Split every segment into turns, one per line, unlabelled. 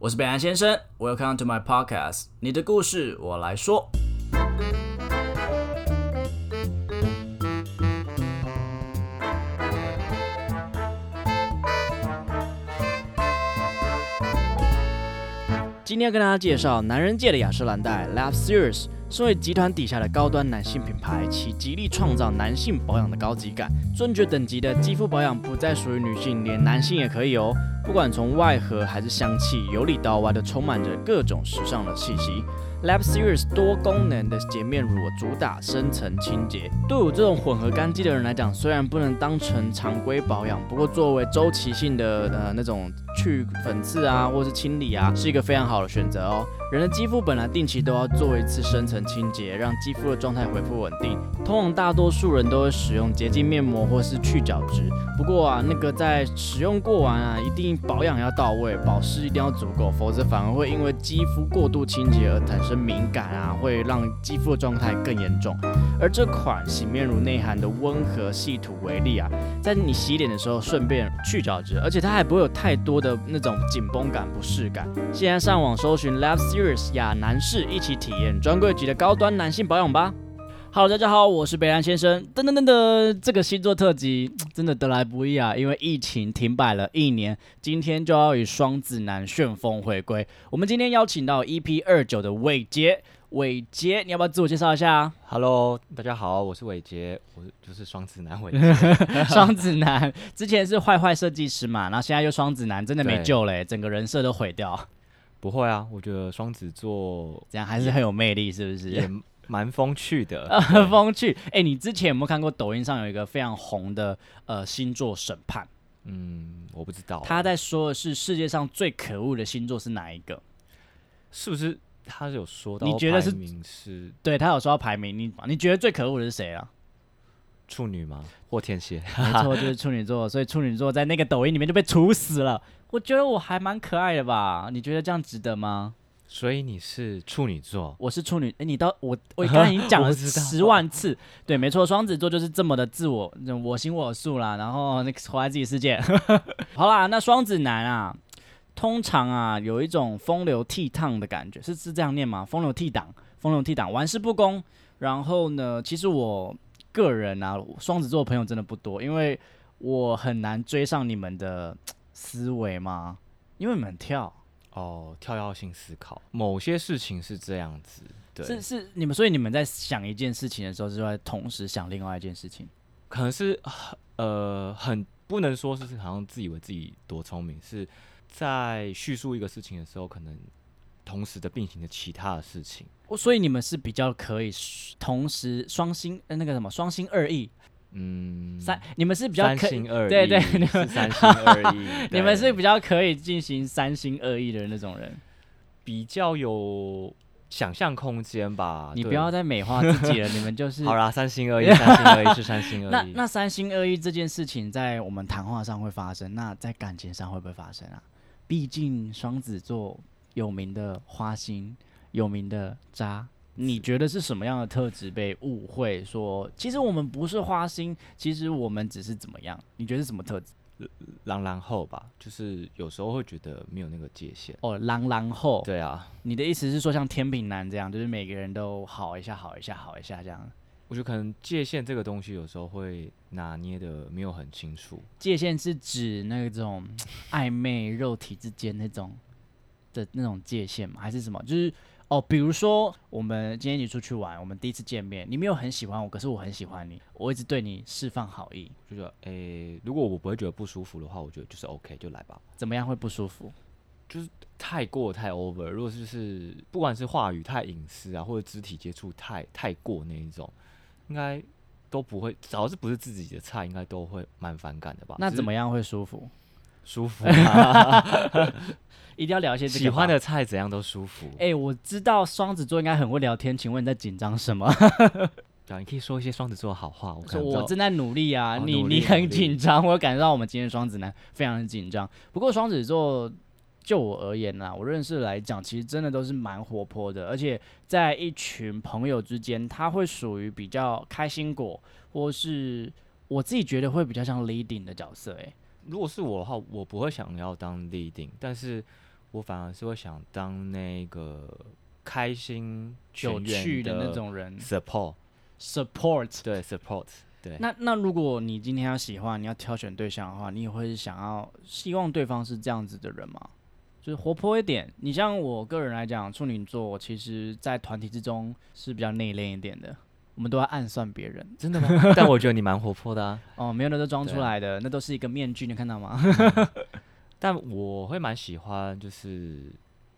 我是北岸先生，Welcome to my podcast，你的故事我来说。今天要跟大家介绍男人界的雅诗兰黛 Love Series，身为集团底下的高端男性品牌，其极力创造男性保养的高级感。尊爵等级的肌肤保养不再属于女性，连男性也可以哦。不管从外盒还是香气，由里到外都充满着各种时尚的气息。Lab Series 多功能的洁面乳主打深层清洁，对我这种混合干肌的人来讲，虽然不能当成常规保养，不过作为周期性的呃那种去粉刺啊，或是清理啊，是一个非常好的选择哦。人的肌肤本来定期都要做一次深层清洁，让肌肤的状态恢复稳定。通常大多数人都会使用洁净面膜或是去角质，不过啊，那个在使用过完啊，一定保养要到位，保湿一定要足够，否则反而会因为肌肤过度清洁而产生敏感啊，会让肌肤的状态更严重。而这款洗面乳内含的温和系土为例啊，在你洗脸的时候顺便去角质，而且它还不会有太多的那种紧绷感、不适感。现在上网搜寻 Love Series 亚男士，一起体验专柜级的高端男性保养吧。Hello，大家好，我是北安先生。噔噔噔噔，这个星座特辑真的得来不易啊，因为疫情停摆了一年，今天就要以双子男旋风回归。我们今天邀请到 EP 二九的伟杰，伟杰，你要不要自我介绍一下、 啊？
Hello，大家好，我是伟杰，我就是双子男伟杰。
双子男之前是坏坏设计师嘛，然后现在又双子男，真的没
对
救了欸、整个人设都毁掉。
不会啊，我觉得双子座
这样还是很有魅力，是不 是？
也蛮风趣的。
很风趣。哎、你之前有没有看过抖音上有一个非常红的呃星座审判？
嗯，我不知道
他在说的是世界上最可恶的星座是哪一个？
是不是他有说到
你觉得是
排名是
对他有说到排名，你你觉得最可恶的是谁啊？
处女吗？或天蝎？
没错，就是处女座，所以处女座在那个抖音里面就被处死了。我觉得我还蛮可爱的吧？你觉得这样值得吗？
所以你是处女座？
我是处女，哎、你到我 我刚才已经讲
我
了
知道
十万次，对，没错，双子座就是这么的自我，嗯我行我素啦，然后那个活在自己世界。 好啦，那双子男啊，通常啊有一种风流倜傥的感觉，是是这样念吗？风流倜傥，风流倜傥，玩世不恭。然后呢，其实我个人啊，双子座朋友真的不多，因为我很难追上你们的思维嘛，因为你们很跳。
哦，跳跃性思考，某些事情是这样子。
是
对，
是你们，所以你们在想一件事情的时候，是在同时想另外一件事情。
可能是呃，很不能说是好像自以为自己多聪明，是在叙述一个事情的时候，可能同时的并行着其他的事情。
哦所以你们是比较可以同时双心，呃，那个什么双心二意
嗯，
三，你们是比较
三
可，
心二意，
对对你，
是 三心二意
你们是
对
比较可以进行三心二意的那种人。
比较有想象空间吧？
你
啊对
不要再美化自己了，你们就是
好。啦，三心二意，三心二意是三心
那
二意。
那三心二意这件事情，在我们谈话上会发生，那在感情上会不会发生啊？毕竟双子座有名的花心，有名的渣，你觉得是什么样的特质被误会说，其实我们不是花心，其实我们只是怎么样？你觉得是什么特质？
然然后吧，就是有时候会觉得没有那个界限。
哦，狼狼后，
对啊，
你的意思是说像天秤男这样，就是每个人都好一下，好一下，好一下这样。
我觉得可能界限这个东西有时候会拿捏的没有很清楚。
界限是指那种暧昧肉体之间那种的那种界限吗？还是什么？就是哦，比如说我们今天一起出去玩，我们第一次见面，你没有很喜欢我，可是我很喜欢你，我一直对你释放好意，
就觉得，诶、如果我不会觉得不舒服的话，我觉得就是 OK，就来吧。
怎么样会不舒服？
太过太 over，如果就是不管是话语太隐私啊，或者肢体接触太太过那一种，应该都不会，只要是不是自己的菜，应该都会蛮反感的吧？
那
只
怎
是
么样会舒服？
舒服、啊？
一定要聊一些 这个
喜欢
吧。
的菜怎样都舒服。
哎、我知道双子座应该很会聊天，请问你在紧张什么？
对啊，你可以说一些双子座的好话，我可
说
能
我
知道
正在努力啊，
哦
你
努
你
力
很
努力
紧张， 我感觉到我们今天双子男非常的紧张。不过双子座就我而言啦，我认识来讲，其实真的都是蛮活泼的，而且在一群朋友之间，他会属于比较开心果，或是我自己觉得会比较像 leading 的角色、欸。
如果是我的话，我不会想要当 leading，但是我反而是会想当那个开心
有
全员
趣的那种人
support，
support。
对 support，对，
那那如果你今天要喜欢，你要挑选对象的话，你也会想要希望对方是这样子的人吗？就是活泼一点。你像我个人来讲，处女座，我其实在团体之中是比较内敛一点的，我们都要暗算别人。
真的吗？ 但我觉得你蛮活泼的啊，
哦，没有，那都装出
对啊
来的，那都是一个面具，你看到吗？
但我会蛮喜欢就是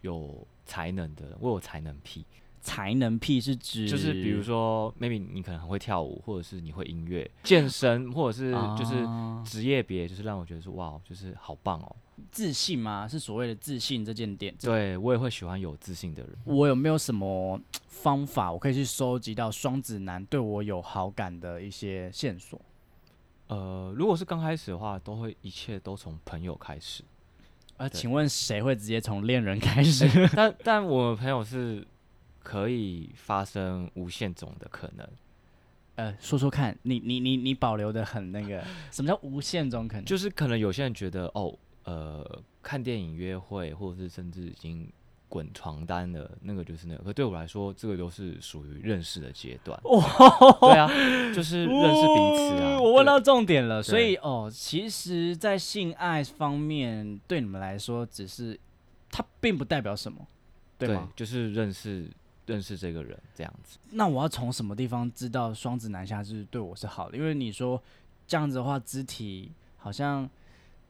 有才能的人，我有才能癖，
才能癖是指
就是比如说 maybe 你可能很会跳舞，或者是你会音乐、健身，或者是就是
啊
职业别，就是让我觉得说哇，就是好棒哦。
自信吗？是所谓的自信这件点。
对我也会喜欢有自信的人。
我有没有什么方法，我可以去收集到双子男对我有好感的一些线索？
呃，如果是刚开始的话，都会一切都从朋友开始。
呃，
对哎
请问谁会直接从恋人开始？
但但我朋友是可以发生无限种的可能，
呃，说说看，你你你你保留的很那 个，什么叫无限种可能？
就是可能有些人觉得哦，呃，看电影约会，或者是甚至已经滚床单了，那个就是那个。可对我来说，这个都是属于认识的阶段。对啊，就是认识彼此啊。
哦我问
对
到重点了，所以哦，其实，在性爱方面，对你们来说，只是它并不代表什么，对
对
吗？，
就是认识认识这个人这样子。
那我要从什么地方知道双子男下是对我是好的？因为你说这样子的话，肢体好像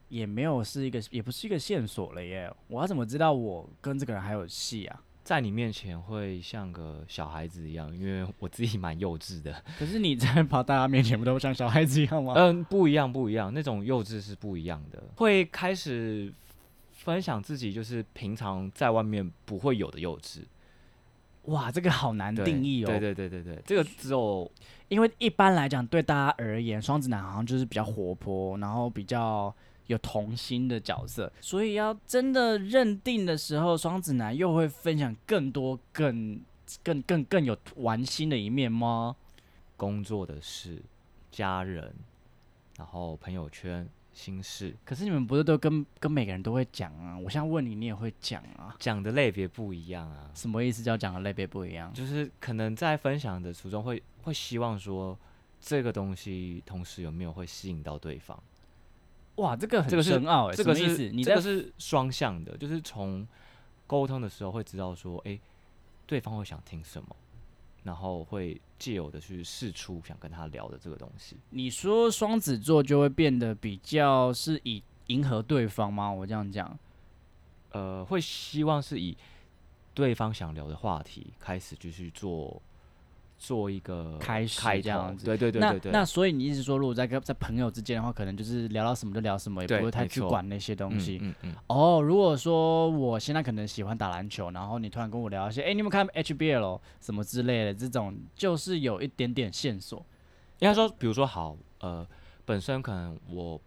也没有是一个，也不是一个线索了耶。我要怎么知道我跟这个人还有戏啊？
在你面前会像个小孩子一样，因为我自己蛮幼稚 的。
可是你在跑大家面前，不都像小孩子一样吗？
嗯，不一样，不一样，那种幼稚是不一样的。会开始分享自己，就是平常在外面不会有的幼稚。
哇，这个好难
对
定义哦。
对对对对对，这个只有
因为一般来讲，对大家而言，双子男好像就是比较活泼，然后比较有童心的角色，所以要真的认定的时候，双子男又会分享更多、更、更、更、更有玩心的一面吗？
工作的事、家人，然后朋友圈、心事，
可是你们不是都跟跟每个人都会讲啊？我现在问你，你也会讲啊？
讲的类别不一样啊。
什么意思？叫讲的类别不一样？
就是可能在分享的途中会会希望说，这个东西同时有没有会吸引到对方？
哇，这个
这
很
个是
深奥哎、
这个
什么意
是
思？你
这
在、
个是双向的，就是从沟通的时候会知道说，诶，对方会想听什么，然后会借由的去试出想跟他聊的这个东西。
你说双子座就会变得比较是以迎合对方吗？我这样讲。
呃，会希望是以对方想聊的话题开始就去做做一个
开始
开
这样
头
子
对对对对对，
那那所以你意思说，如果在跟在朋友之间的话，可能就是聊到什么就聊什么，也
对
不会太
没
去
错
管那些东
嗯
西。
嗯嗯
哦，如果说我现在可能喜欢打篮球，然后你突然跟我聊一些，哎、你有没有看 HBL 什么之类的，这种就是有一点点线索。
应该说，比如说好，呃，本身可能我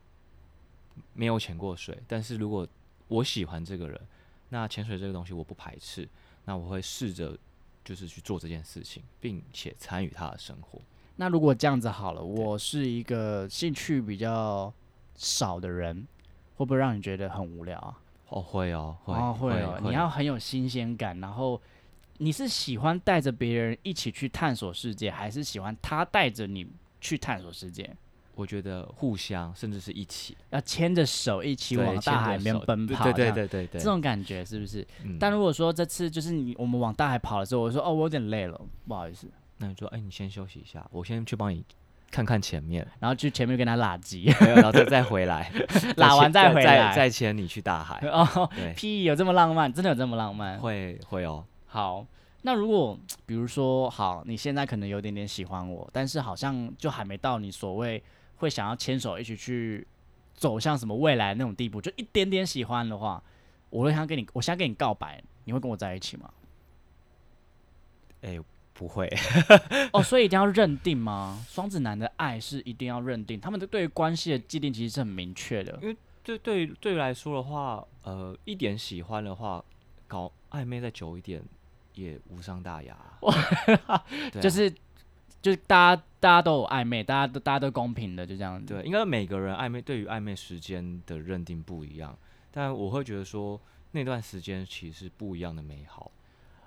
没有潜过水，但是如果我喜欢这个人，那潜水这个东西我不排斥，那我会试着就是去做这件事情，并且参与他的生活。
那如果这样子好了，我是一个兴趣比较少的人，会不会让你觉得很无聊啊？
哦，会哦，会
哦，会哦，
会
你要很有新鲜感，然后你是喜欢带着别人一起去探索世界，还是喜欢他带着你去探索世界？
我觉得互相甚至是一起
要牵着手一起
对
往
牵
大
着
海里面
手
奔
对
跑，
对对
这样
对对对，
这种感觉是不是？
嗯
但如果说这次就是你我们往大海跑的时候，我说哦，我有点累了，不好意思，
那你说，哎，你先休息一下，我先去帮你看看前面，
然后去前面跟他拉鸡，
没有然后再再回 来，
拉
牵
完再回来
再再牵你去大 海。
哦，
哎对，
屁，有这么浪漫？真的有这么浪漫？
会会哦，
好，那如果比如说，好，你现在可能有点点喜欢我，但是好像就还没到你所谓会想要牵手一起去走向什么未来那种地步，就一点点喜欢的话，我会想跟你，我现在跟你告白，你会跟我在一起 吗？
哎、不会，
哦，所以一定要认定吗？双子男的爱是一定要认定，他们的对于关系的界定其实是很明确的。
对对对来说的话，呃，一点喜欢的话，搞暧昧再久一点也无伤大雅啊。对啊
就是就是大家大家都有暧昧，大家都大家都公平的，就这样
啊
子。
对，应该每个人暧昧对于暧昧时间的认定不一样，但我会觉得说，那段时间其实是不一样的美好。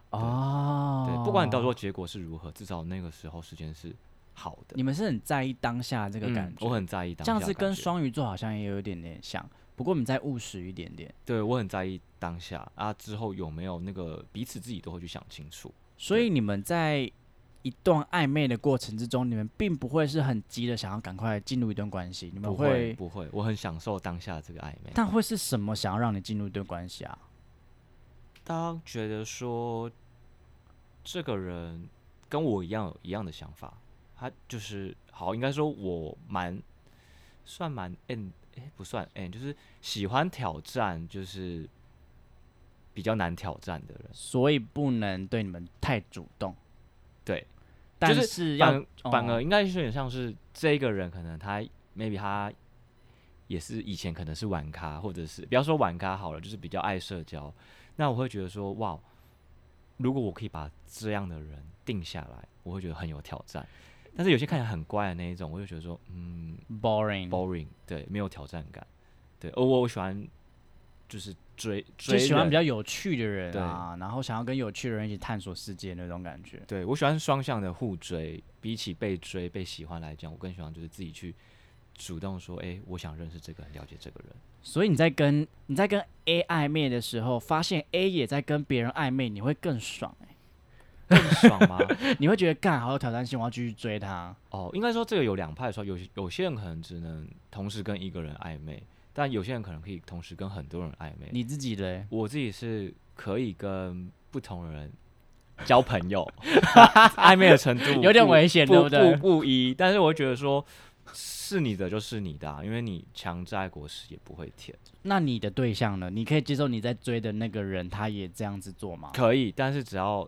哦，
对，不管你到时候结果是如何，至少那个时候时间是好的。
你们是很在意当下这
这
个感觉，
嗯我很在意当
这样
下的感觉。
子跟双鱼座好像也有一点点像，不过你们再务实一点点。
对我很在意当下啊，之后有没有那个彼此自己都会去想清楚。
所以你们在一段暧昧的过程之中，你们并不会是很急的想要赶快进入一段关系，你们
不会不会，我很享受当下这个暧昧。
但会是什么想要让你进入一段关系啊？
当觉得说这个人跟我一样有一样的想法，他就是好，应该说我蛮算蛮 N 哎、不算 N，就是喜欢挑战，就是比较难挑战的人。
所以不能对你们太主动，
对，
但
是
是要、
反反而
哦
应该是有点像是这个人，可能他 maybe 他也是以前可能是玩咖，或者是不要说玩咖好了，就是比较爱社交。那我会觉得说，哇，如果我可以把这样的人定下来，我会觉得很有挑战。但是有些看起来很乖的那一种，我就觉得说，嗯
boring，
，boring，对，没有挑战感，对。而我我喜欢就是追追
就喜欢
人
比较有趣的人啊，然后想要跟有趣的人一起探索世界那种感觉。
对我喜欢双向的互追，比起被追、被喜欢来讲，我更喜欢就是自己去主动说，哎、我想认识这个人，了解这个人。
所以你在跟你在跟 A 暧昧的时候，发现 A 也在跟别人暧昧，你会更爽、
更爽吗？
欸，你会觉得干好有挑战性，我要继续追他。
哦，应该说这个有两派说，有些有些人可能只能同时跟一个人暧昧，但有些人可能可以同时跟很多人暧昧。
你自己嘞？
我自己是可以跟不同的人交朋 友，暧昧的程度
有点
不
危险
不
对不对
不不一，但是我会觉得说。是你的就是你的、啊，因为你强摘果实也不会甜。
那你的对象呢？你可以接受你在追的那个人，他也这样子做吗？
可以，但是只要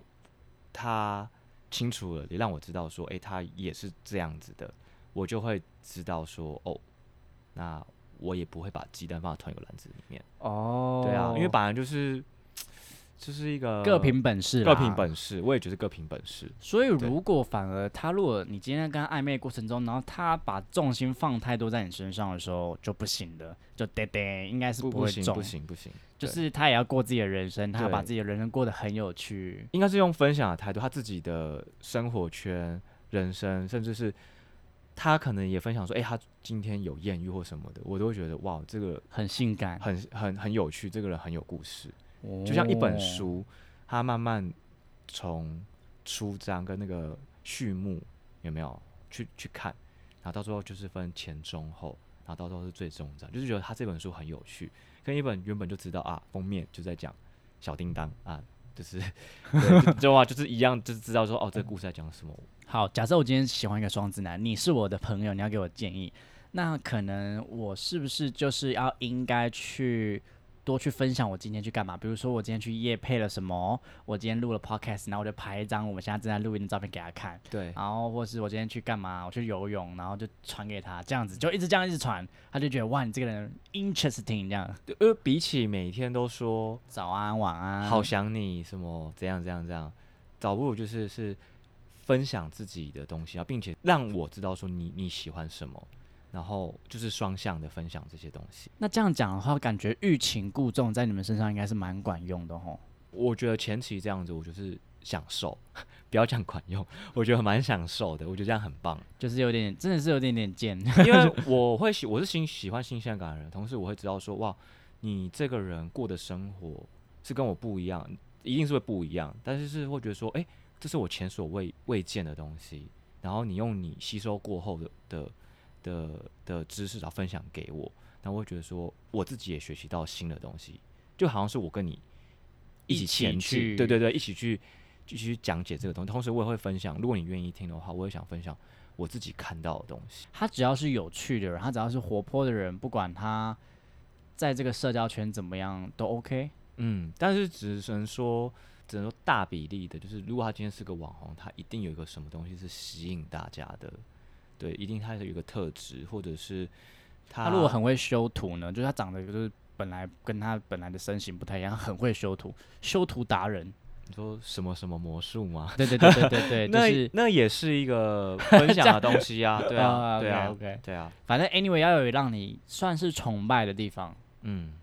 他清楚了，也让我知道说，诶，他也是这样子的，我就会知道说，哦，那我也不会把鸡蛋放在同一个篮子里面。
哦
对啊，因为本来就是就是一个
各凭本事，
各凭。本事，我也觉得各凭本事。
所以，
对
如果反而他，如果你今天跟他暧昧过程中，然后他把重心放太多在你身上的时候，就不行了，就得得，应该是
不
会
行
中。
不行不行，
就
对
是他也要过自己的人生，他要把
对
自己的人生过得很有趣。
应该是用分享的态度，他自己的生活圈、人生，甚至是他可能也分享说，诶，他今天有艳遇或什么的，我都会觉得哇，这个
很性感，
很很很有趣，这个人很有故事，就像一本
哦。
书，它慢慢从出章跟那个序幕有没有去去看，然后到最后就是分前中后，然后到最后是最终章，就是觉得他这本书很有趣，跟一本原本就知道啊封面就在讲小叮当啊，就是 对就就啊就是一样，就是知道说哦这个故事在讲什么，
好，假设我今天喜欢一个双子男，你是我的朋友，你要给我建议，那可能我是不是就是要应该去多去分享我今天去干嘛？比如说我今天去夜配了什么，我今天录了 podcast，然后我就拍一张我们现在正在录音的照片给他看，
对
然后或是我今天去干嘛，我去游泳，然后就传给他，这样子就一直这样一直传，他就觉得哇，你这个人 interesting 这样，
对因为比起每天都说
早安晚安，
好想你什么怎样怎样怎样，倒不如就是是分享自己的东西啊，并且让我知道说你你喜欢什么，然后就是双向的分享这些东西。
那这样讲的话，感觉欲擒故纵在你们身上应该是蛮管用的吼。
我觉得前期这样子，我就是享受， 不要讲管用，我觉得蛮享受的，我觉得这样很棒，
就是有点，真的是有点点贱。
因为我会喜我是新喜欢新鲜感的人，同时我会知道说哇，你这个人过的生活是跟我不一样，一定是会不一样，但是是会觉得说，哎、这是我前所未未见的东西，然后你用你吸收过后的的的的知识，然后分享给我，然后我会觉得说，我自己也学习到新的东西，就好像是我跟你一
一
起
起
前
去
进，对对对，一起去继续讲解这个东西，同时我也会分享，如果你愿意听的话，我也想分享我自己看到的东西，
他只要是有趣的人，他只要是活泼的人，不管他在这个社交圈怎么样都 OK。
嗯，但是只能说。只能说大比例的，就是如果他今天是个网红，他一定有一个什么东西是吸引大家的，对，一定他有一个特质，或者是他
他如果很会修图呢，就是他长得就是本来跟他本来的身形不太一样，很会修图，修图达 人。
你说什么什么魔术吗？
对对对对 对对，就
那
是
那也是一 个分享的东西啊， 对啊，对啊，
OK，
对啊，
反正 anyway 要有让你算是崇拜的地方。
嗯，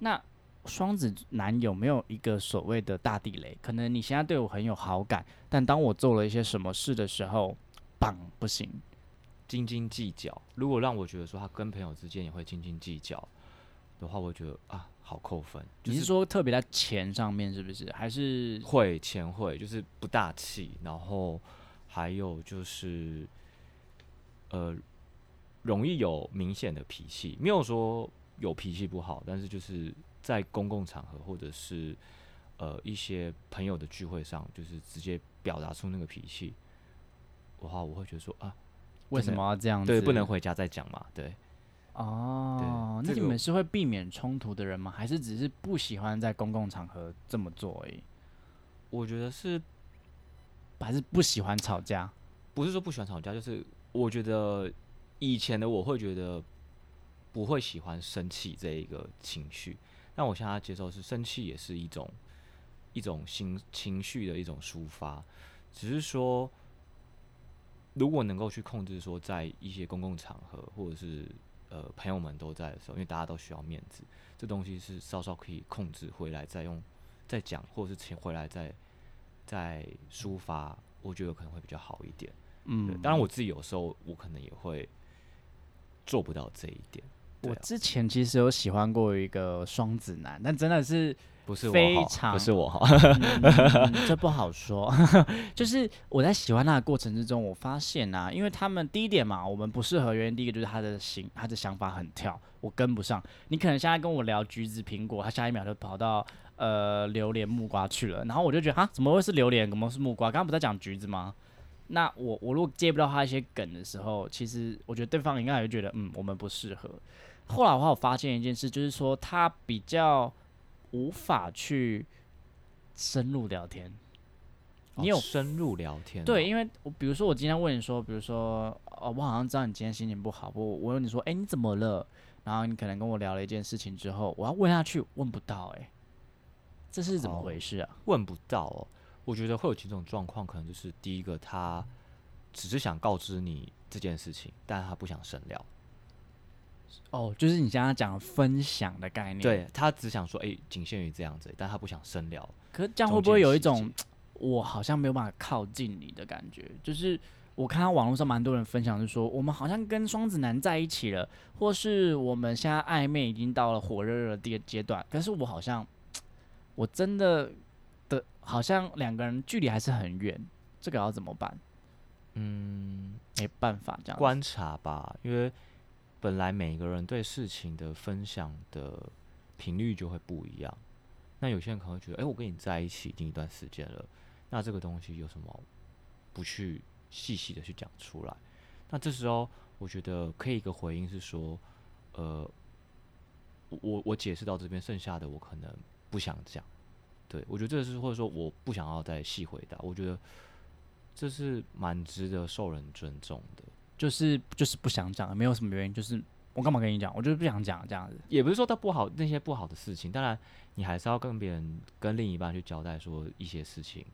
那双子男有没有一个所谓的大地雷？可能你现在对我很有好感，但当我做了一些什么事的时候，棒不行。
斤斤计较。如果让我觉得说他跟朋友之间也会斤斤计较的话，我会觉得啊，好扣分。就
你是说特别在钱上面是不是？还是
会钱会就是不大气，然后还有就是呃，容易有明显的脾气。没有说有脾气不好，但是就是在公共场合或者是呃一些朋友的聚会上，就是直接表达出那个脾气的话，我会觉得说啊，
为什么要这样子？
对，不能回家再讲嘛，对。
哦。
对
那
这
你
个
们是会避免冲突的人吗？还是只是不喜欢在公共场合这么做而已？
我觉得是
还是不喜欢吵架？
不是说不喜欢吵架，就是我觉得以前的我会觉得不会喜欢生气这一个情绪，但我现在接受是生气也是一种一种情情绪的一种抒发，只是说如果能够去控制说在一些公共场合或者是呃朋友们都在的时候，因为大家都需要面子，这东西是稍稍可以控制回来再用再讲，或者是前回来再再抒发，我觉得可能会比较好一点。对
嗯，
当然我自己有时候我可能也会做不到这一点，对
我
啊
之前其实有喜欢过一个双子男，但真的是
不是
非
我好，
常
不是我好，
嗯这不好说， 就是我在喜欢他的过程之中，我发现啊，因为他们第一点嘛，我们不适合原因，第一个就是他的行，他的想法很跳，我跟不上。你可能现在跟我聊橘子、苹果，他下一秒就跑到呃榴莲、木瓜去了，然后我就觉得哈，怎么会是榴莲？怎么会是木瓜？刚刚不在讲橘子吗？那我我如果接不到他一些梗的时候，其实我觉得对方应该也会觉得，嗯，我们不适合。后来的话，我发现一件事，就是说他比较无法去深入聊天。你有
哦深入聊天哦、
对，因为我比如说我今天问你说，比如说哦，我好像知道你今天心情不好，我我问你说，哎、你怎么了？然后你可能跟我聊了一件事情之后，我要问下去，问不到、哎，这是怎么
哦
回事啊？
问不到哦。我觉得会有几种状况，可能就是第一个，他只是想告知你这件事情，但他不想深聊，
哦，就是你刚刚讲的分享的概念，。
对他只想说，哎、仅限于这样子，但他不想深聊。
可是这样会
中
不会
间
有一
细
种我好像没有办法靠近你的感觉？就是我看到网络上蛮多人分享，是说我们好像跟双子男在一起了，或是我们现在暧昧已经到了火热热的第阶段，可是我好像我真的的，好像两个人距离还是很远，这个要怎么办？
嗯，
没办法这样子。
观察吧，因为本来每个人对事情的分享的频率就会不一样。那有些人可能会觉得，哎、我跟你在一起已经一段时间了，那这个东西有什么不去细细的去讲出来？那这时候我觉得可以一个回应是说，呃，我我我解释到这边，剩下的我可能不想讲。对我觉得这是或者说我不想要再细回答，我觉得这是蛮值得受人尊重的。
就是就是不想讲，没有什么原因，就是我干嘛跟你讲，我就是不想讲这样子。
也不是说他不好那些不好的事情，当然你还是要跟别人、跟另一半去交代说一些事情。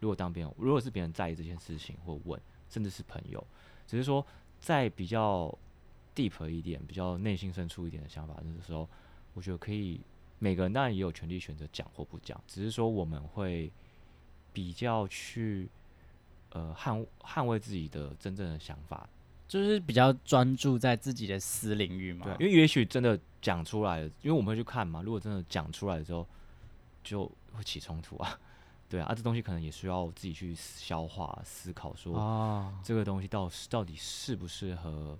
如果当别人，如果是别人在意这件事情或问，甚至是朋友，只是说在比较 deep 一点、比较内心深处一点的想法的时候，我觉得可以，每个人当然也有权利选择讲或不讲，只是说我们会比较去呃捍捍卫自己的真正的想法，
就是比较专注在自己的私领域嘛，
对，因为也许真的讲出来了，因为我们会去看嘛。如果真的讲出来之后，就会起冲突啊， 对啊，啊这东西可能也需要自己去思消化、思考，说
哦，
这个东西到是到底适不适合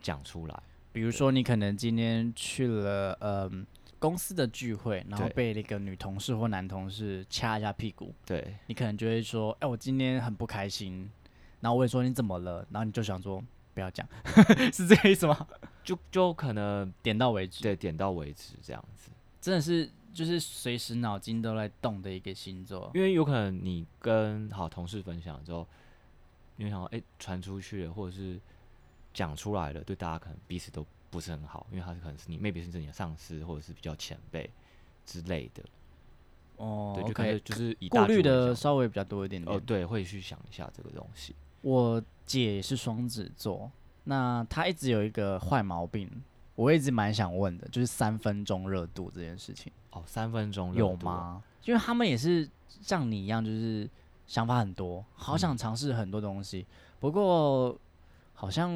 讲出来。
比如
对
说，你可能今天去了嗯公司的聚会，然后
对
被那个女同事或男同事掐一下屁股，
对，
你可能就会说：“哎、我今天很不开心。”然后我也说：“你怎么了？”然后你就想说：“不要讲， 是这个意思吗
就就可能？”
点到为止，
对点到为止这样子，
真的是就是随时脑筋都在动的一个星座。
因为有可能你跟好同事分享之后，你会想哎传、出去了，或者是讲出来了，对大家可能彼此都不是很好，因为他可能是你，maybe 是你的上司或者是比较前辈之类的，
哦
对，就可能
，OK，
就是以
顾
大
虑
局为
的
重
稍微比较多一点点。
哦，对，会去想一下这个东西。
我姐也是双子座，那她一直有一个坏毛病，我一直蛮想问的，就是三分钟热度这件事情。
哦，三分钟热
有
度啊？
吗？因为他们也是像你一样，就是想法很多，好
嗯
想尝试很多东西。不过好像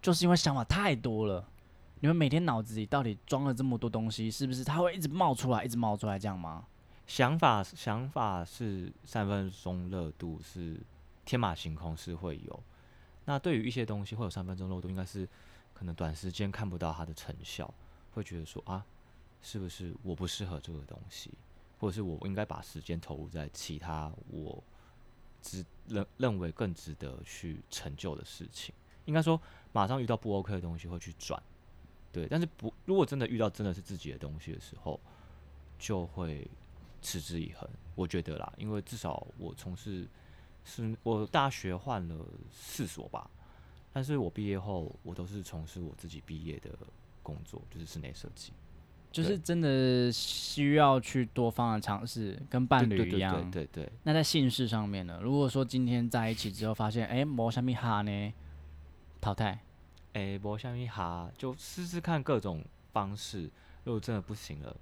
就是因为想法太多了，你们每天脑子里到底装了这么多东西，是不是它会一直冒出来，一直冒出来这样吗？
想法想法是三分钟热度是天马行空是会有，那对于一些东西会有三分钟热度，应该是可能短时间看不到它的成效，会觉得说啊，是不是我不适合这个东西，或者是我应该把时间投入在其他我值认认为更值得去成就的事情。应该说，马上遇到不 OK 的东西会去转，对，但是不如果真的遇到真的是自己的东西的时候，就会持之以恒，我觉得啦，因为至少我从事是我大学换了四所吧，但是我毕业后我都是从事我自己毕业的工作，就是室内设计。
就是
对
真的需要去多方的尝试，跟伴
对对
侣一
对
样。
对对对，
那在性事上面呢？如果说今天在一起之后发现，哎、磨下面哈呢，淘汰，
哎、不过下面哈就试试看各种方式，如果真的不行了，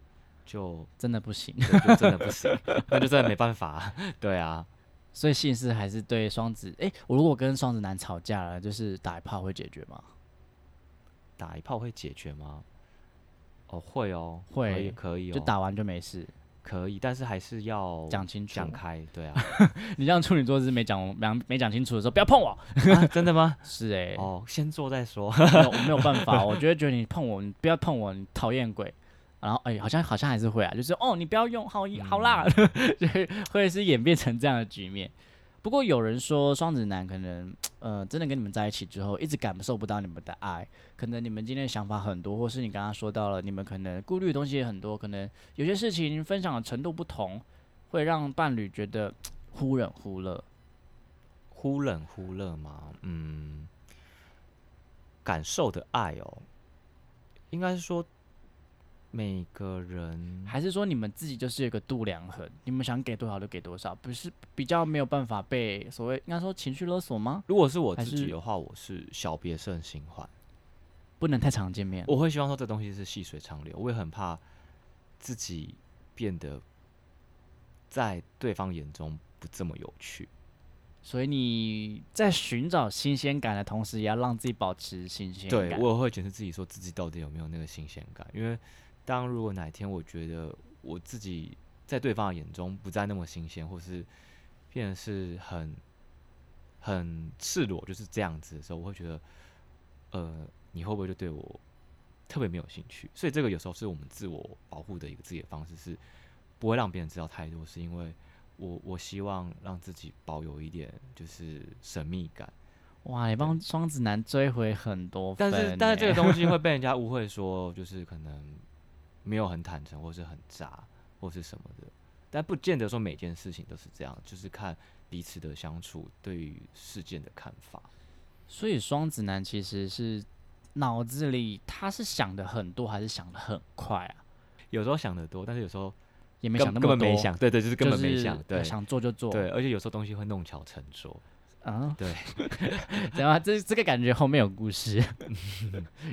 就
真的不行。
对就真的不行， 那就真的没办法。 对啊，
所以性事还是对双子，哎、我如果跟双子男吵架了，就是打一炮会解决吗？
打一炮会解决吗？哦，会哦，
会
也可以哦，
就打完就没事，
可以，但是还是要
讲清楚。
哦讲开，对啊，
你像处女座是没讲没没讲清楚的时候，不要碰我。
啊真的吗？
是哎、
哦，先做再说。
没有我没有办法，我就会觉得你碰我，你不要碰我，你讨厌鬼。然后哎、好像好像还是会啊，就是哦，你不要用，好好啦， 就是会是演变成这样的局面。不过有人说双子男可能呃真的跟你们在一起之后，一直感受不到你们的爱，可能你们今天的想法很多，或是你刚刚说到了，你们可能顾虑的东西也很多，可能有些事情分享的程度不同，会让伴侣觉得忽冷忽热。
忽冷忽热吗？嗯，感受的爱哦，应该是说每个 人
还是说你们自己就是有一个度量衡，你们想给多少就给多少，不是比较没有办法被所谓应该说情绪勒索吗？
如果是我
还
自己
是
的话，我是小别胜新欢，
不能太常见面，
我会希望说这东西是细水长流，我也很怕自己变得在对方眼中不这么有趣。
所以你在寻找新鲜感的同时，也要让自己保持新鲜感。
对我也会检视自己，说自己到底有没有那个新鲜感。因为当如果哪一天我觉得我自己在对方的眼中不再那么新鲜，或是变得是很很赤裸，就是这样子的时候，我会觉得，呃，你会不会就对我特别没有兴趣？所以这个有时候是我们自我保护的一个自己的方式，是不会让别人知道太多，是因为。我我希望让自己保有一点就是神秘感，
哇，你帮双子男追回很多分
但
欸，
是但是这个东西会被人家误 会说，就是可能没有很坦诚，或是很渣，或是什么的。但不见得说每件事情都是这样，就是看彼此的相处对于事件的看法。
所以双子男其实是脑子里他是想的很多，还是想的很快啊？
有时候想得多，但是有时候
也没
根
想那么
根本没
多，
想，对对，就是根本没
就是
想，对
想做就做，
对，而且有时候东西会弄巧成拙。
啊，
对，
怎么这这个感觉后面有故事，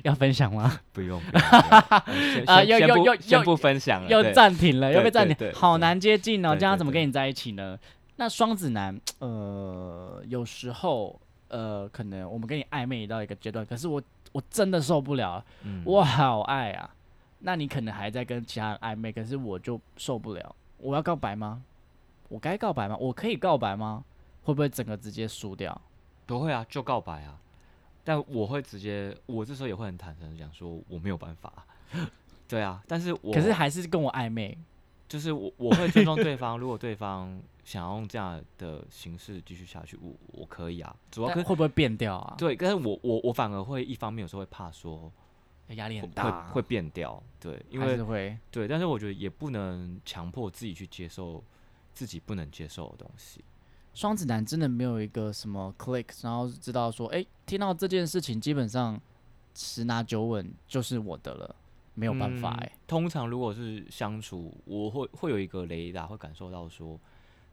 要分享吗？
不用 不用不用
啊
先
又
先
又
不
又
先
又
不分享了，
又
呃对
暂停了，又
对
被暂
对
停
对，
好
对
难接近哦。
对
这样
对
怎么
对
跟你在一起呢？那双子男，呃，有时候，呃，可能我们跟你暧昧到一个阶段，可是我我真的受不了了，
嗯
我好爱啊。那你可能还在跟其他人暧昧，可是我就受不了。我要告白吗？我该告白吗？我可以告白吗？会不会整个直接输掉？
不会啊，就告白啊。但我会直接，我这时候也会很坦诚的讲说我没有办法。 对啊，但是我
可是还是跟我暧昧，
就是我我会尊重对方，如果对方想要用这样的形式继续下去，我我可以啊。主要
但
跟
会不会变掉啊？
对，但是我我我反而会一方面有时候会怕说
对，压力
会
很大啊，
会会变调，对，因
还
为
是会。
对，但是我觉得也不能强迫自己去接受自己不能接受的东西。
双子男真的没有一个什么 click，然后知道说，哎、听到这件事情，基本上十拿九稳就是我的了，没
没
有办法哎、
嗯通常如果是相处，我会会有一个雷达，会感受到说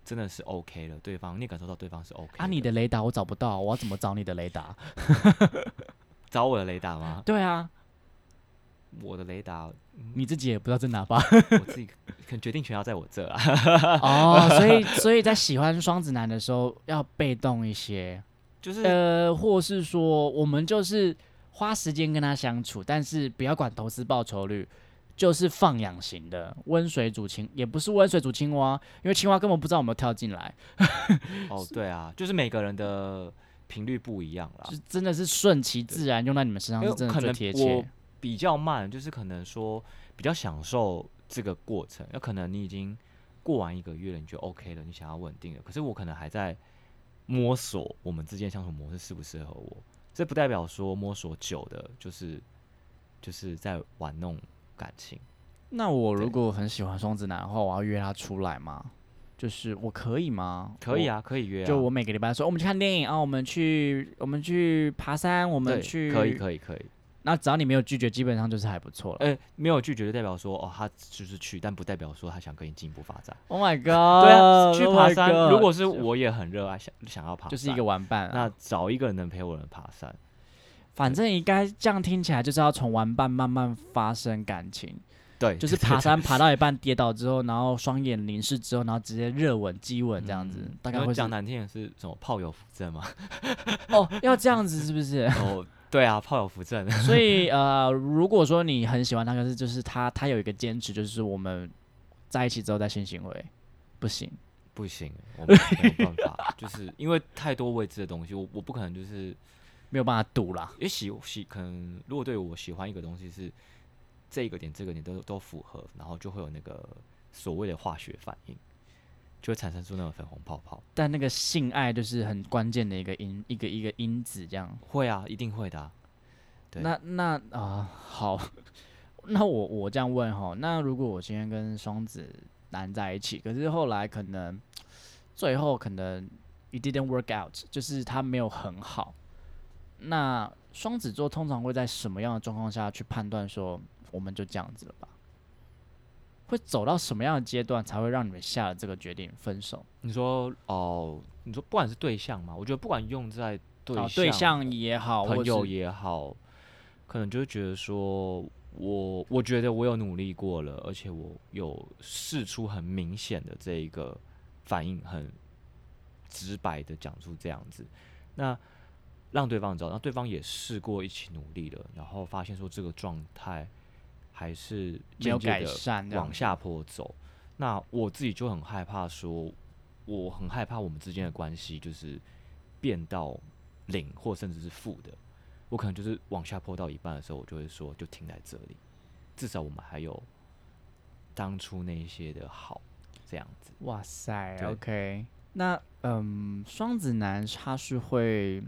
真的是 OK 了，对方你也感受到对方是 OK
啊，你的雷达我找不到，我要怎么找你的雷达？
找我的雷达吗？
对啊，
我的雷达，嗯
你自己也不知道在哪 吧？
我自己可能决定权要在我这啊。
哦，所以所以在喜欢双子男的时候要被动一些，
就是
呃，或是说我们就是花时间跟他相处，但是不要管投资报酬率，就是放养型的温水煮青，也不是温水煮青蛙，因为青蛙根本不知道有没有跳进来，
哦，对啊，就是每个人的频率不一样啦
就。真的是顺其自然用在你们身上
因
是
为
真的
可
最
能
贴
我
切。
比较慢，就是可能说比较享受这个过程。有可能你已经过完一个月了，你觉得 OK 了，你想要稳定了。可是我可能还在摸索我们之间相处模式适不适合我。这不代表说摸索久的，就是就是在玩弄感情。
那我如
对
果很喜欢双子男的话，我要约他出来吗？就是我可以吗？
可以
我
啊，可以约啊。
就我每个礼拜说，我们去看电影啊，我们去我们去爬山，我
我
们去
可以可以可以。
那只要你没有拒绝，基本上就是还不错了。
呃，没有拒绝就代表说哦，他就是去，但不代表说他想跟你进一步发展。
Oh my god！
对
对
啊，去爬山。如果是我也很热爱，想想要
，Oh
爬山，
就是一个玩伴、啊，
那找一个人能陪我的人爬山，
反正应该这样听起来就是要从玩伴慢慢发生感情，
对，
就是爬山爬到一半跌倒之后，然后双眼凝视之后，然后直接热吻激吻这样子，
嗯
大
因
概
为
会是
讲难听点是什么炮友扶正 嘛？
哦，要这样子是不 是？
哦，对啊，炮友扶正，
所以呃，如果说你很喜欢他，可是就是他他有一个坚持，就是我们在一起之后再性行为，不行。
不行， 我们没有办法，就是因为太多未知的东西，我我不可能就是
没有办法赌啦。
也喜喜可能，如果对我喜欢一个东西是这个点这个点都都符合，然后就会有那个所谓的化学反应，就会产生出那种粉红泡泡。
但那个性爱就是很关键的一个因，一个一个因子这样。
会啊，一定会的啊、对
那那啊、好， 那我我这样问哈，那如果我今天跟双子男在一起，可是后来可能最后可能 it didn't work out，就是他没有很好。那双子座通常会在什么样的状况下去判断说我们就这样子了吧？会走到什么样的阶段才会让你们下了这个决定分手？
你说哦，你说不管是对象嘛，我觉得不管用在对象、
哦对象也好，
朋
或
友
是
也好，可能就会觉得说我我觉得我有努力过了，而且我有试出很明显的这一个反应，很直白的讲出这样子，那让对方知道，那对方也试过一起努力了，然后发现说这个状态还是
没有
渐渐
改
地
善这样
往
子
下坡走。那我自己就很害怕说，我很害怕我们之间的关系就是变到零或甚至是负的。我可能就是往下坡到一半的时候，我就会说就停在这里，至少我们还有当初那一些的好，这样子。
哇塞
对
，OK，那嗯，双子男他是会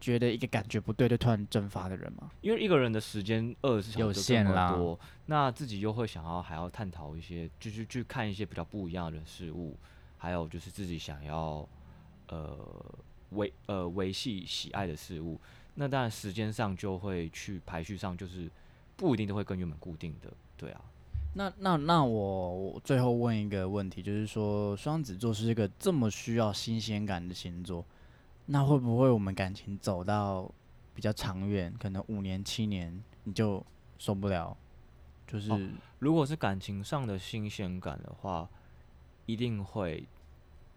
觉得一个感觉不对就突然蒸发的人吗？
因为一个人的时间二十
有
小时就这
限
么
啦
多，那自己又会想要还要探讨一些，就是去看一些比较不一样的人事物，还有就是自己想要呃维呃维系喜爱的事物，那当然时间上就会去排序上就是不一定都会跟原本固定的，对啊，
那那那我我最后问一个问题，就是说双子座是一个这么需要新鲜感的星座，那会不会我们感情走到比较长远，可能五年七年你就受不了？就是、
如果是感情上的新鲜感的话，一定会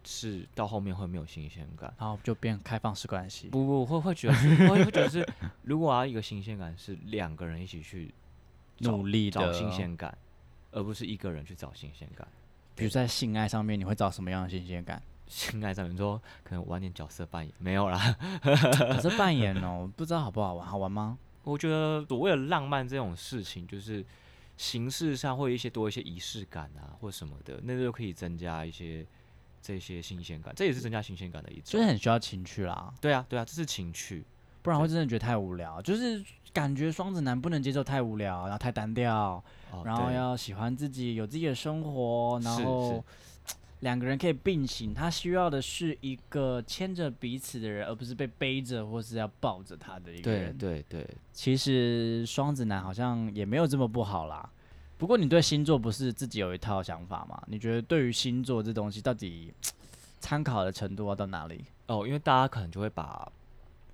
是到后面会没有新鲜感。
然后就变开放式关系，
不不，会会觉得是，会会觉得是，如果要一个新鲜感是两个人一起去找
努力
找
的
新鲜感，而不是一个人去找新鲜感。
比如在性爱上面，你会找什么样的新鲜感？
性爱上面说，可能玩点角色扮演没有啦。
可是扮演哦，不知道好不好玩，好玩吗？
我觉得所谓的浪漫这种事情，就是形式上会有一些多一些仪式感啊，或什么的，那就可以增加一些这些新鲜感，这也是增加新鲜感的一
就是
种。
很需要情趣啦，
对啊，对啊，这是情趣。
不然会真的觉得太无聊。就是感觉双子男不能接受太无聊，然后太单调，
哦、
然后
对
要喜欢自己，有自己的生活，
是
然
是
后两个人可以并行。他需要的是一个牵着彼此的人，而不是被背着或是要抱着他的一个
对
人。
对对，
其实双子男好像也没有这么不好啦。不过你对星座不是自己有一套想法吗？你觉得对于星座这东西到底参考的程度要到哪里？
哦，因为大家可能就会把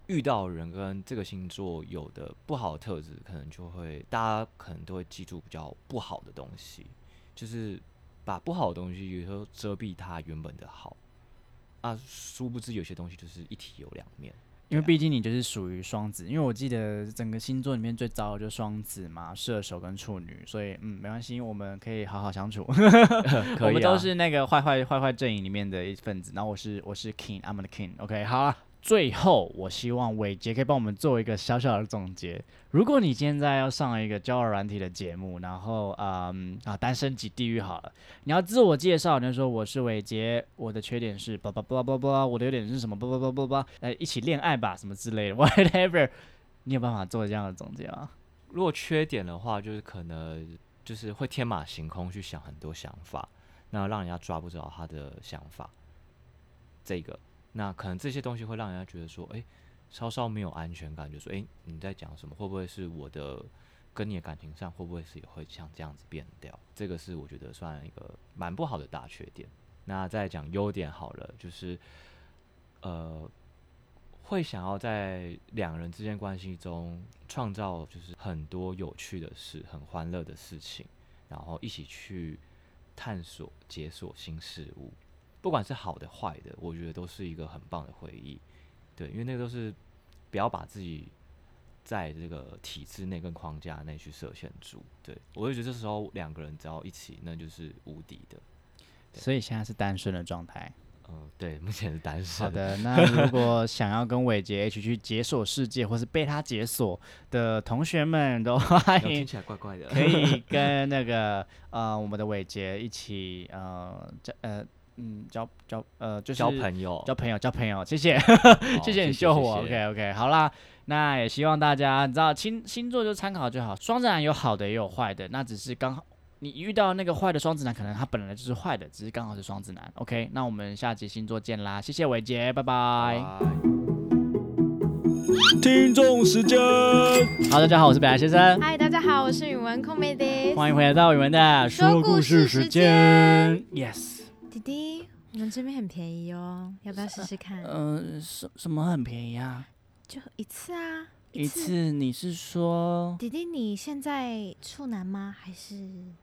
遇到的人跟这个星座有的不好的特质，可能就会大家可能都会记住比较不好的东西，就是把不好的东西有时候遮蔽它原本的好啊，殊不知有些东西就是一体有两面。
因为
对啊
毕竟你就是属于双子，因为我记得整个星座里面最糟的就是双子嘛、射手跟处女，所以嗯，没关系，我们可以好好相处。
可
我
以
们
啊
都是那个坏坏坏坏阵营里面的一份子。然后我是我是 king，I'm the king。OK，好啊。最后，我希望伟杰可以帮我们做一个小小的总结。如果你现在要上一个交友软体的节目，然后嗯啊单身级地狱好了，你要自我介绍，你就说我是伟杰，我的缺点是叭叭叭叭叭，我的优点是什么叭叭叭叭叭，来一起恋爱吧什么之类的，whatever。你有办法做这样的总结吗？
如果缺点的话，就是可能就是会天马行空去想很多想法，那让人家抓不着他的想法。这个，那可能这些东西会让人家觉得说，诶，稍稍没有安全感，就说，诶，你在讲什么？会不会是我的跟你的感情上，会不会是也会像这样子变掉？这个是我觉得算一个蛮不好的大缺点。那再讲优点好了，就是呃，会想要在两人之间关系中创造就是很多有趣的事、很欢乐的事情，然后一起去探索、解锁新事物，不管是好的、坏的，我觉得都是一个很棒的回忆。对，因为那个都是不要把自己在这个体制内跟框架内去设限住。对我就觉得这时候两个人只要一起，那就是无敌的。对
所以现在是单身的状态。
嗯、对，目前是单身。
好 的，那如果想要跟伟杰 H 去解锁世界，或是被他解锁的同学们，都欢
然后听
迎
起来怪怪的。
哎 可以跟那个呃我们的伟杰一起呃交呃嗯交交呃就是
交朋友，
交朋 友交朋友，谢谢。
哦
谢谢你救我。OK OK，好啦，那也希望大家你知道星星座就参考就好，双子男有好的也有坏的，那只是刚好你遇到那个坏的双子男，可能他本来就是坏的，只是刚好是双子男。OK，那我们下集星座见啦，谢谢伟杰，拜拜。
拜。
听众时间，
好，大家好，我是北来先生，
嗨，大家好，我是语文控妹 d
欢迎回到我们的
说故事时间。
Yes，
弟弟，我们这边很便宜哦，要不要试试看？
嗯、什什么很便宜啊？
就一次啊，
一。次你是说
弟弟，你现在处男吗？还是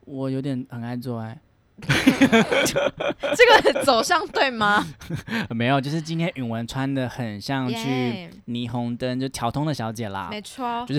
我有点很爱做爱？
这个走向对吗？
没有，就是今天允文穿的很像去
耶
霓虹灯就挑通的小姐啦。
没错
啊就，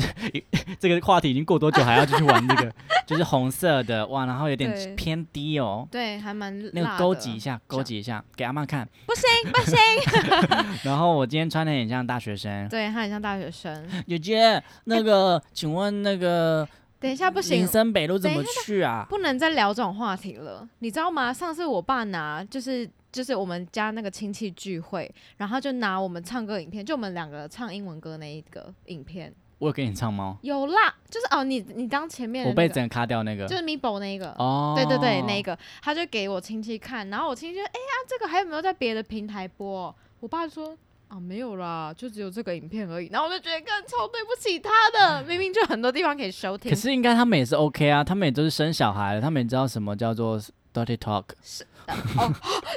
这个话题已经过多久还要继续玩这 个？就是红色的哇，然后有点
对
偏低哦。
对，还蛮
那个
辣的
勾几一，下，勾几一下，给阿妈看。
不行不行，
然后我今天穿的很像大学生。
对他很像大学 生。
姐姐，那个，请问那个
等一下不行
林，森北路怎么
等一
去啊？
不能再聊这种话题了，你知道吗？上次我爸拿就是就是我们家那个亲戚聚会，然后他就拿我们唱歌影片，就我们两个唱英文歌那一个影片，
我有给你唱吗？
有啦，就是哦，你你当前面的
我被
那个
整个卡掉那个
就是 Mibo 那一个。
哦，
对对对，那一个他就给我亲戚看，然后我亲戚就哎呀，这个还有没有在别的平台播？哦我爸说啊没有啦，就只有这个影片而已。然后我就觉得更超对不起他的，明明就很多地方可以收听
可。是应该他们也是 OK 啊，他们也都是生小孩了，他们也知道什么叫做 dirty talk，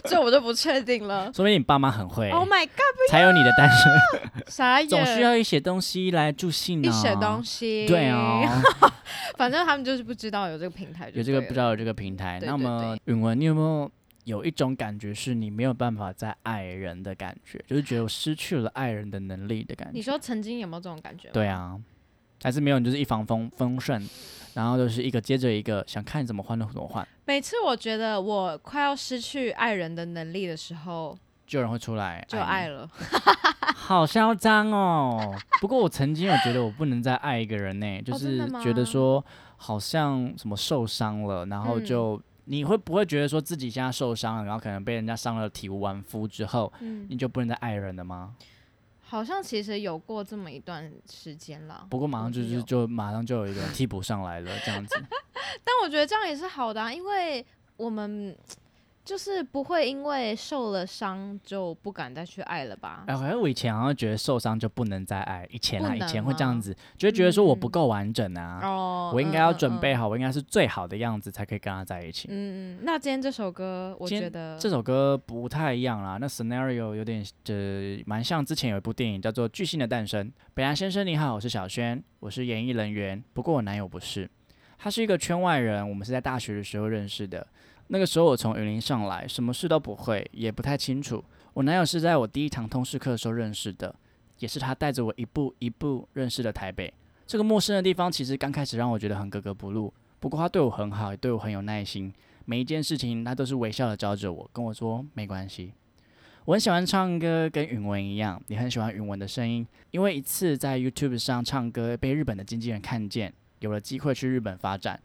这我就不确 定了。
说明你爸妈很会，
Oh my god！
才有你的单身，
傻眼，
总需要一些东西来助兴啊。
一些东西。
对哦，
反正他们就是不知道有这个平台就
有
对了，
这个不知道有这个平台。
对
那
对
么允文，你有没有有一种感觉是你没有办法再爱人的感觉，就是觉得我失去了爱人的能力的感
你
觉？
说曾经有没有这种感觉？，
对啊，还是没有，你就是一帆风风顺，然后就是一个接着一个，想看怎么换就怎么换，
每次我觉得我快要失去爱人的能力的时候，
就有人会出来
就
你
爱了。
好嚣张哦！不过我曾经有觉得我不能再爱一个人呢、就
哦真
是
的
觉得
吗
说好像什么受伤了，然后
嗯
就、你会不会觉得说自己现在受伤了，然后可能被人家伤了体无完肤之后，
嗯，
你就不能再爱人了吗？
好像其实有过这么一段时间啦。
不过马上
我
就是是
有
就马上就有一个替补上来了，这样子
但我觉得这样也是好的、啊，因为我们就是不会因为受了伤就不敢再去爱了吧？
哎，好像我以前好像觉得受伤就不能再爱，以前啊，
不
以
能
前会这样
吗
子，就会觉得说我不
嗯
够完整啊，
哦
我应该要准。
嗯嗯
备好，我应该是最好的样子才可以跟他在一起。
嗯，嗯那今天这首歌，我
今
觉
天
得
这首歌不太一样啦，那 scenario 有点呃蛮像之前有一部电影叫做《巨星的诞生》。北岸先生你好，我是小轩，我是演艺人员，不过我男友不是，他是一个圈外人，我们是在大学的时候认识的。那个时候我从云林上来，什么事都不会，也不太清楚。我男友是在我第一堂通识课的时候认识的，也是他带着我一步一步认识的台北。这个陌生的地方，其实刚开始让我觉得很格格不入，不过他对我很好，也对我很有耐心。每一件事情他都是微笑的教着我，跟我说没关系。我很喜欢唱歌，跟允文一样，也很喜欢允文的声音。因为一次在 YouTube 上唱歌被日本的经纪人看见，有了机会去日本发展，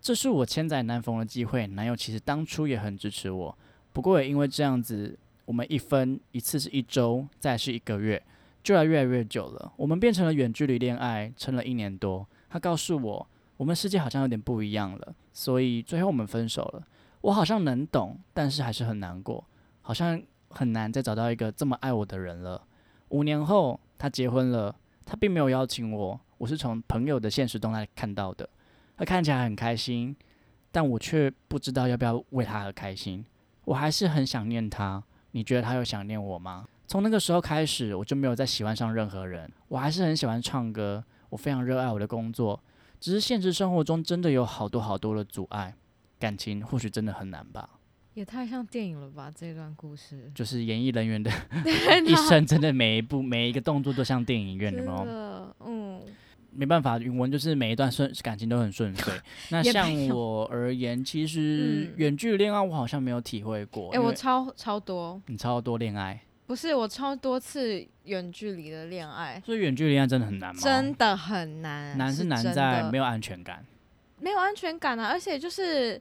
这是我千载难逢的机会。男友其实当初也很支持我，不过也因为这样子，我们一分一次是一周，再是一个月，就来越来越久了。我们变成了远距离恋爱，撑了一年多。他告诉我，我们世界好像有点不一样了，所以最后我们分手了。我好像能懂，但是还是很难过，好像很难再找到一个这么爱我的人了。五年后，他结婚了，他并没有邀请我，我是从朋友的现实动态看到的。他看起来很开心，但我却不知道要不要为他而开心。我还是很想念他，你觉得他有想念我吗？从那个时候开始，我就没有再喜欢上任何人。我还是很喜欢唱歌，我非常热爱我的工作，只是现实生活中真的有好多好多的阻碍。感情或许真的很难吧。，
也太像电影了吧？这段故事
就是演艺人员 的
对
一
啦
生，真的每一步每一个动作都像电影院，有
真
没有？
的，嗯，
没办法，云文就是每一段顺感情都很顺 遂。那
也
像
没有
我而言，其实
嗯
远距离恋爱我好像没有体会过。
哎，
因
我
为
超超多，
你超多恋爱，
不是我超多次远距离的恋爱，
所以远距离恋爱真的很难吗？
真的很难，
难是难
真
在
的
没有安全感。
没有安全感啊，而且就是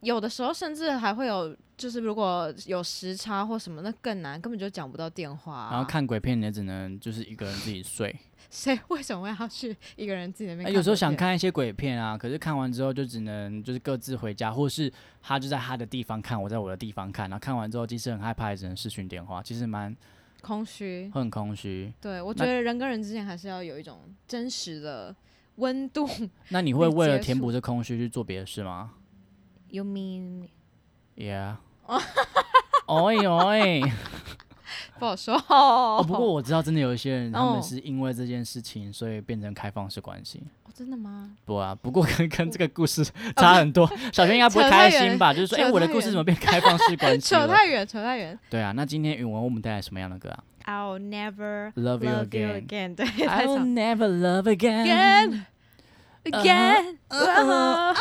有的时候甚至还会有，就是如果有时差或什么，那更难，根本就讲不到电话啊、
然后看鬼片，你也只能就是一个人自己睡。
谁为什么要去一个人自己那边、
哎，有时候想，看一些鬼片啊，可是看完之后就只能就是各自回家，或是他就在他的地方看，我在我的地方看。然后看完之后，即使很害怕，也只能视讯电话，其实蛮
空虚。
会很空虚。
对，我
哦那
觉得人跟人之间还是要有一种真实的温 度。
那你会
被
为了
结
填补
束
这空虚去做别的事吗
You mean？
？Yeah 。 哦哎哦 哎！
不好说。
哦，不过我知道，真的有一些人，他们
哦
是因为这件事情，所以变成开放式关系。
哦真的吗？
不啊，不过跟跟这个故事差很 多。小轩应该不会
哦扯
开
太远
心吧？就是说，
扯
哎，我的
太
故事
远
怎么变开放式关系
扯
了？
太远，扯太远。
对啊，那今天允文为我们带来什么样的歌啊
I'll never
？Love you
love you
again,
again。对， 太
I
长
will。never love again。
again again，啊
呃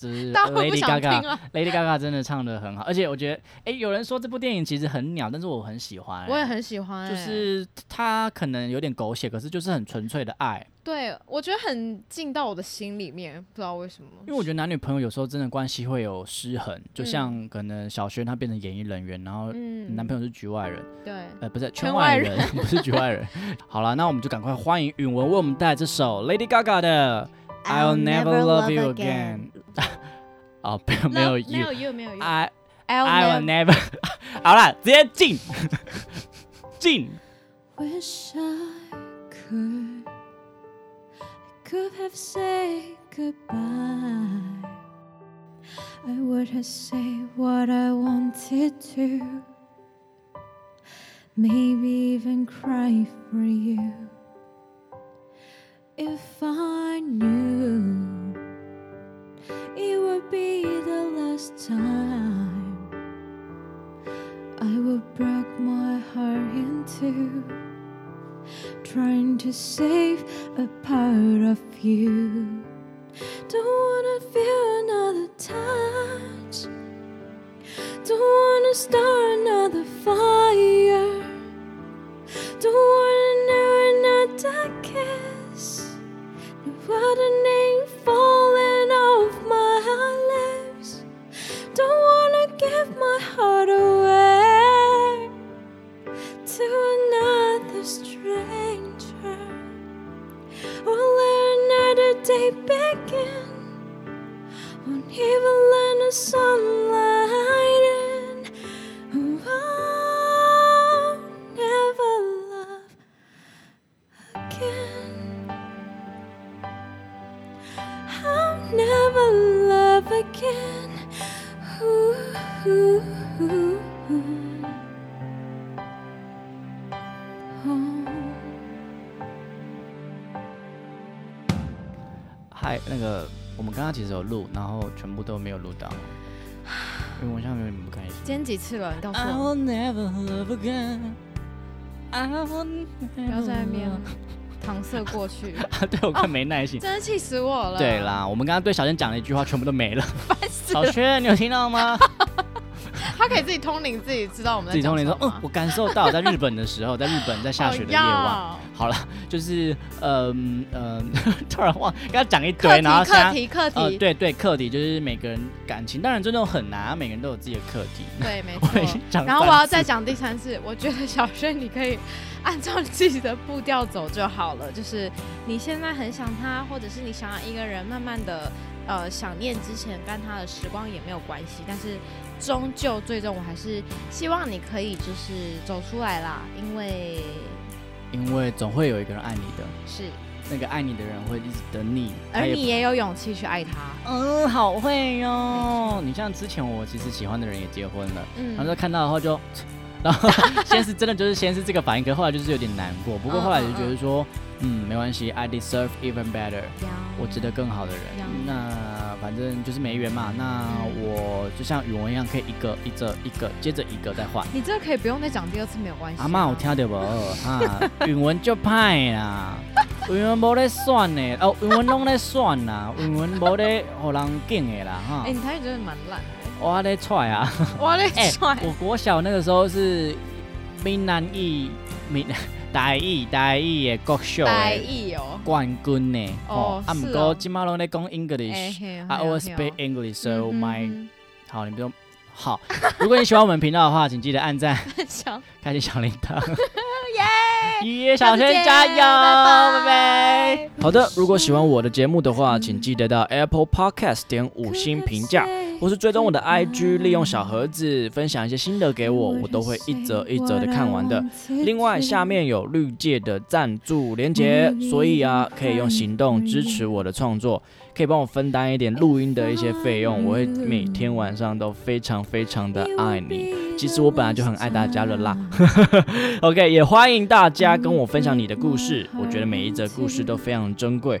这 是
大家会不
Lady
想
Gaga
听啊？
Lady Gaga 真的唱的很好，而且我觉得，哎、有人说这部电影其实很鸟，但是我很喜欢、
我也，很喜欢欸，
哎就是它可能有点狗血，可是就是很纯粹的爱，
对我觉得很进到我的心里面，不知道为什么。
因为我觉得男女朋友有时候真的关系会有失衡，就像可能小轩他变成演艺人员，然后
嗯
男朋友是局外人，
友对，
呃，不是
圈
圈外
外
人， 不是局外人。好了，那我们就赶快欢迎允文为我们带来这首 Lady Gaga 的
I'll never love
You Again。
again
哦， 没有没有啊
没
You
有 you 没有 you。
I I
I'll
will
never-
never 。 好了，直接进进。
Wish I could, I could have said goodbye. I would have said what I wanted to, maybe even cry for you. If I knew it would be the last time. I would break my heart in two, trying to save a part of you. Don't wanna feel another touch. Don't wanna start another fire. Don't wanna know another kiss. No other name falling off my lips. Don't wanna give my heart away to another stranger or let another day begin. Won't even let the sunlight again. Ooh, ooh, ooh, ooh. Oh.
嗨，那个我们刚刚其实有录，然后全部都没有录到，因为我现在有点不开心。
今天几次了？你告诉
I
我，
will never love again. I will
不要在那边搪塞过去，
对我更没耐心。
真的气死我了。
对，啦，我们刚刚对小仙讲了一句话，全部都没了。小轩，你有听到吗？
他可以自己通灵，自己知 道我们
自
在
己
讲
通
什
灵
么
说，嗯
吗，
我感受到在日本的时候，在日本在下雪的夜晚，
好呀
好了，就是嗯嗯， 突然忘，刚刚讲一
课
堆，
题
然后现
课
在
题课
呃，
题，
对对，课题就是每个人感情，当然尊重很难，每个人都有自己的课题。
对，没
我已
错
经。讲
然后我
三
要
次
再讲第三次，我觉得小轩你可以 按照自己的步调走就好了。就是你现在很想他，或者是你想要一个人，慢慢的呃想念之前跟他的时光也没有关系。但是终究最终，我还是希望你可以就是走出来啦，因为
因为总会有一个人爱你的，
是，
那个爱你的人会一直等你，他
而
也
你也有勇气去爱他。
嗯，好会哟、 你像之前我其实喜欢的人也结婚了，
嗯
然后看到后就， 然后先是真的就是先是这个反应，可后来就是有点难过。不过后来就觉得说，嗯，没关系，I deserve even better，我值得更好的人
呀。
那反正就是没缘嘛。那
嗯
我就像语文一样，可以一个一个一个接着一个再换。
你这个可以不用再讲第二次，没有关系啊。
阿妈有听到无？哈，韵文就歹啦，韵文无咧选的，哦，韵文拢咧选啦，韵文无咧互人敬的啦，哈
哎、。你台语真的蛮烂的，
我咧踹啊！
我嘞
哎、
帅，
我国小那个时候是闽南语、闽 台语、台语的国小
呆
的
意哦。
冠军呢。
哦
啊，
是
毋
哦
过即马拢咧讲 English，I
嘿哦
always speak English，so
嗯
my
哼
好，你不用好。如果你喜欢我们频道的话，请记得按赞。
哼讲
开启小铃 铛， 耶！
下
小
次见
轩加油，
拜
拜
拜
拜。
好的，如果喜欢我的节目的话，请记得到 Apple Podcast 点五星评价，或是追踪我的 IG，利用小盒子分享一些心得给我，我都会一则一则的看完的。。另外，下面有绿界的赞助连结，所以啊，可以用行动支持我的创作，可以帮我分担一点录音的一些费用，我会每天晚上都非常非常的爱你。其实我本来就很爱大家了啦。OK，也欢迎大家跟我分享你的故事，我觉得每一则故事都非常珍贵。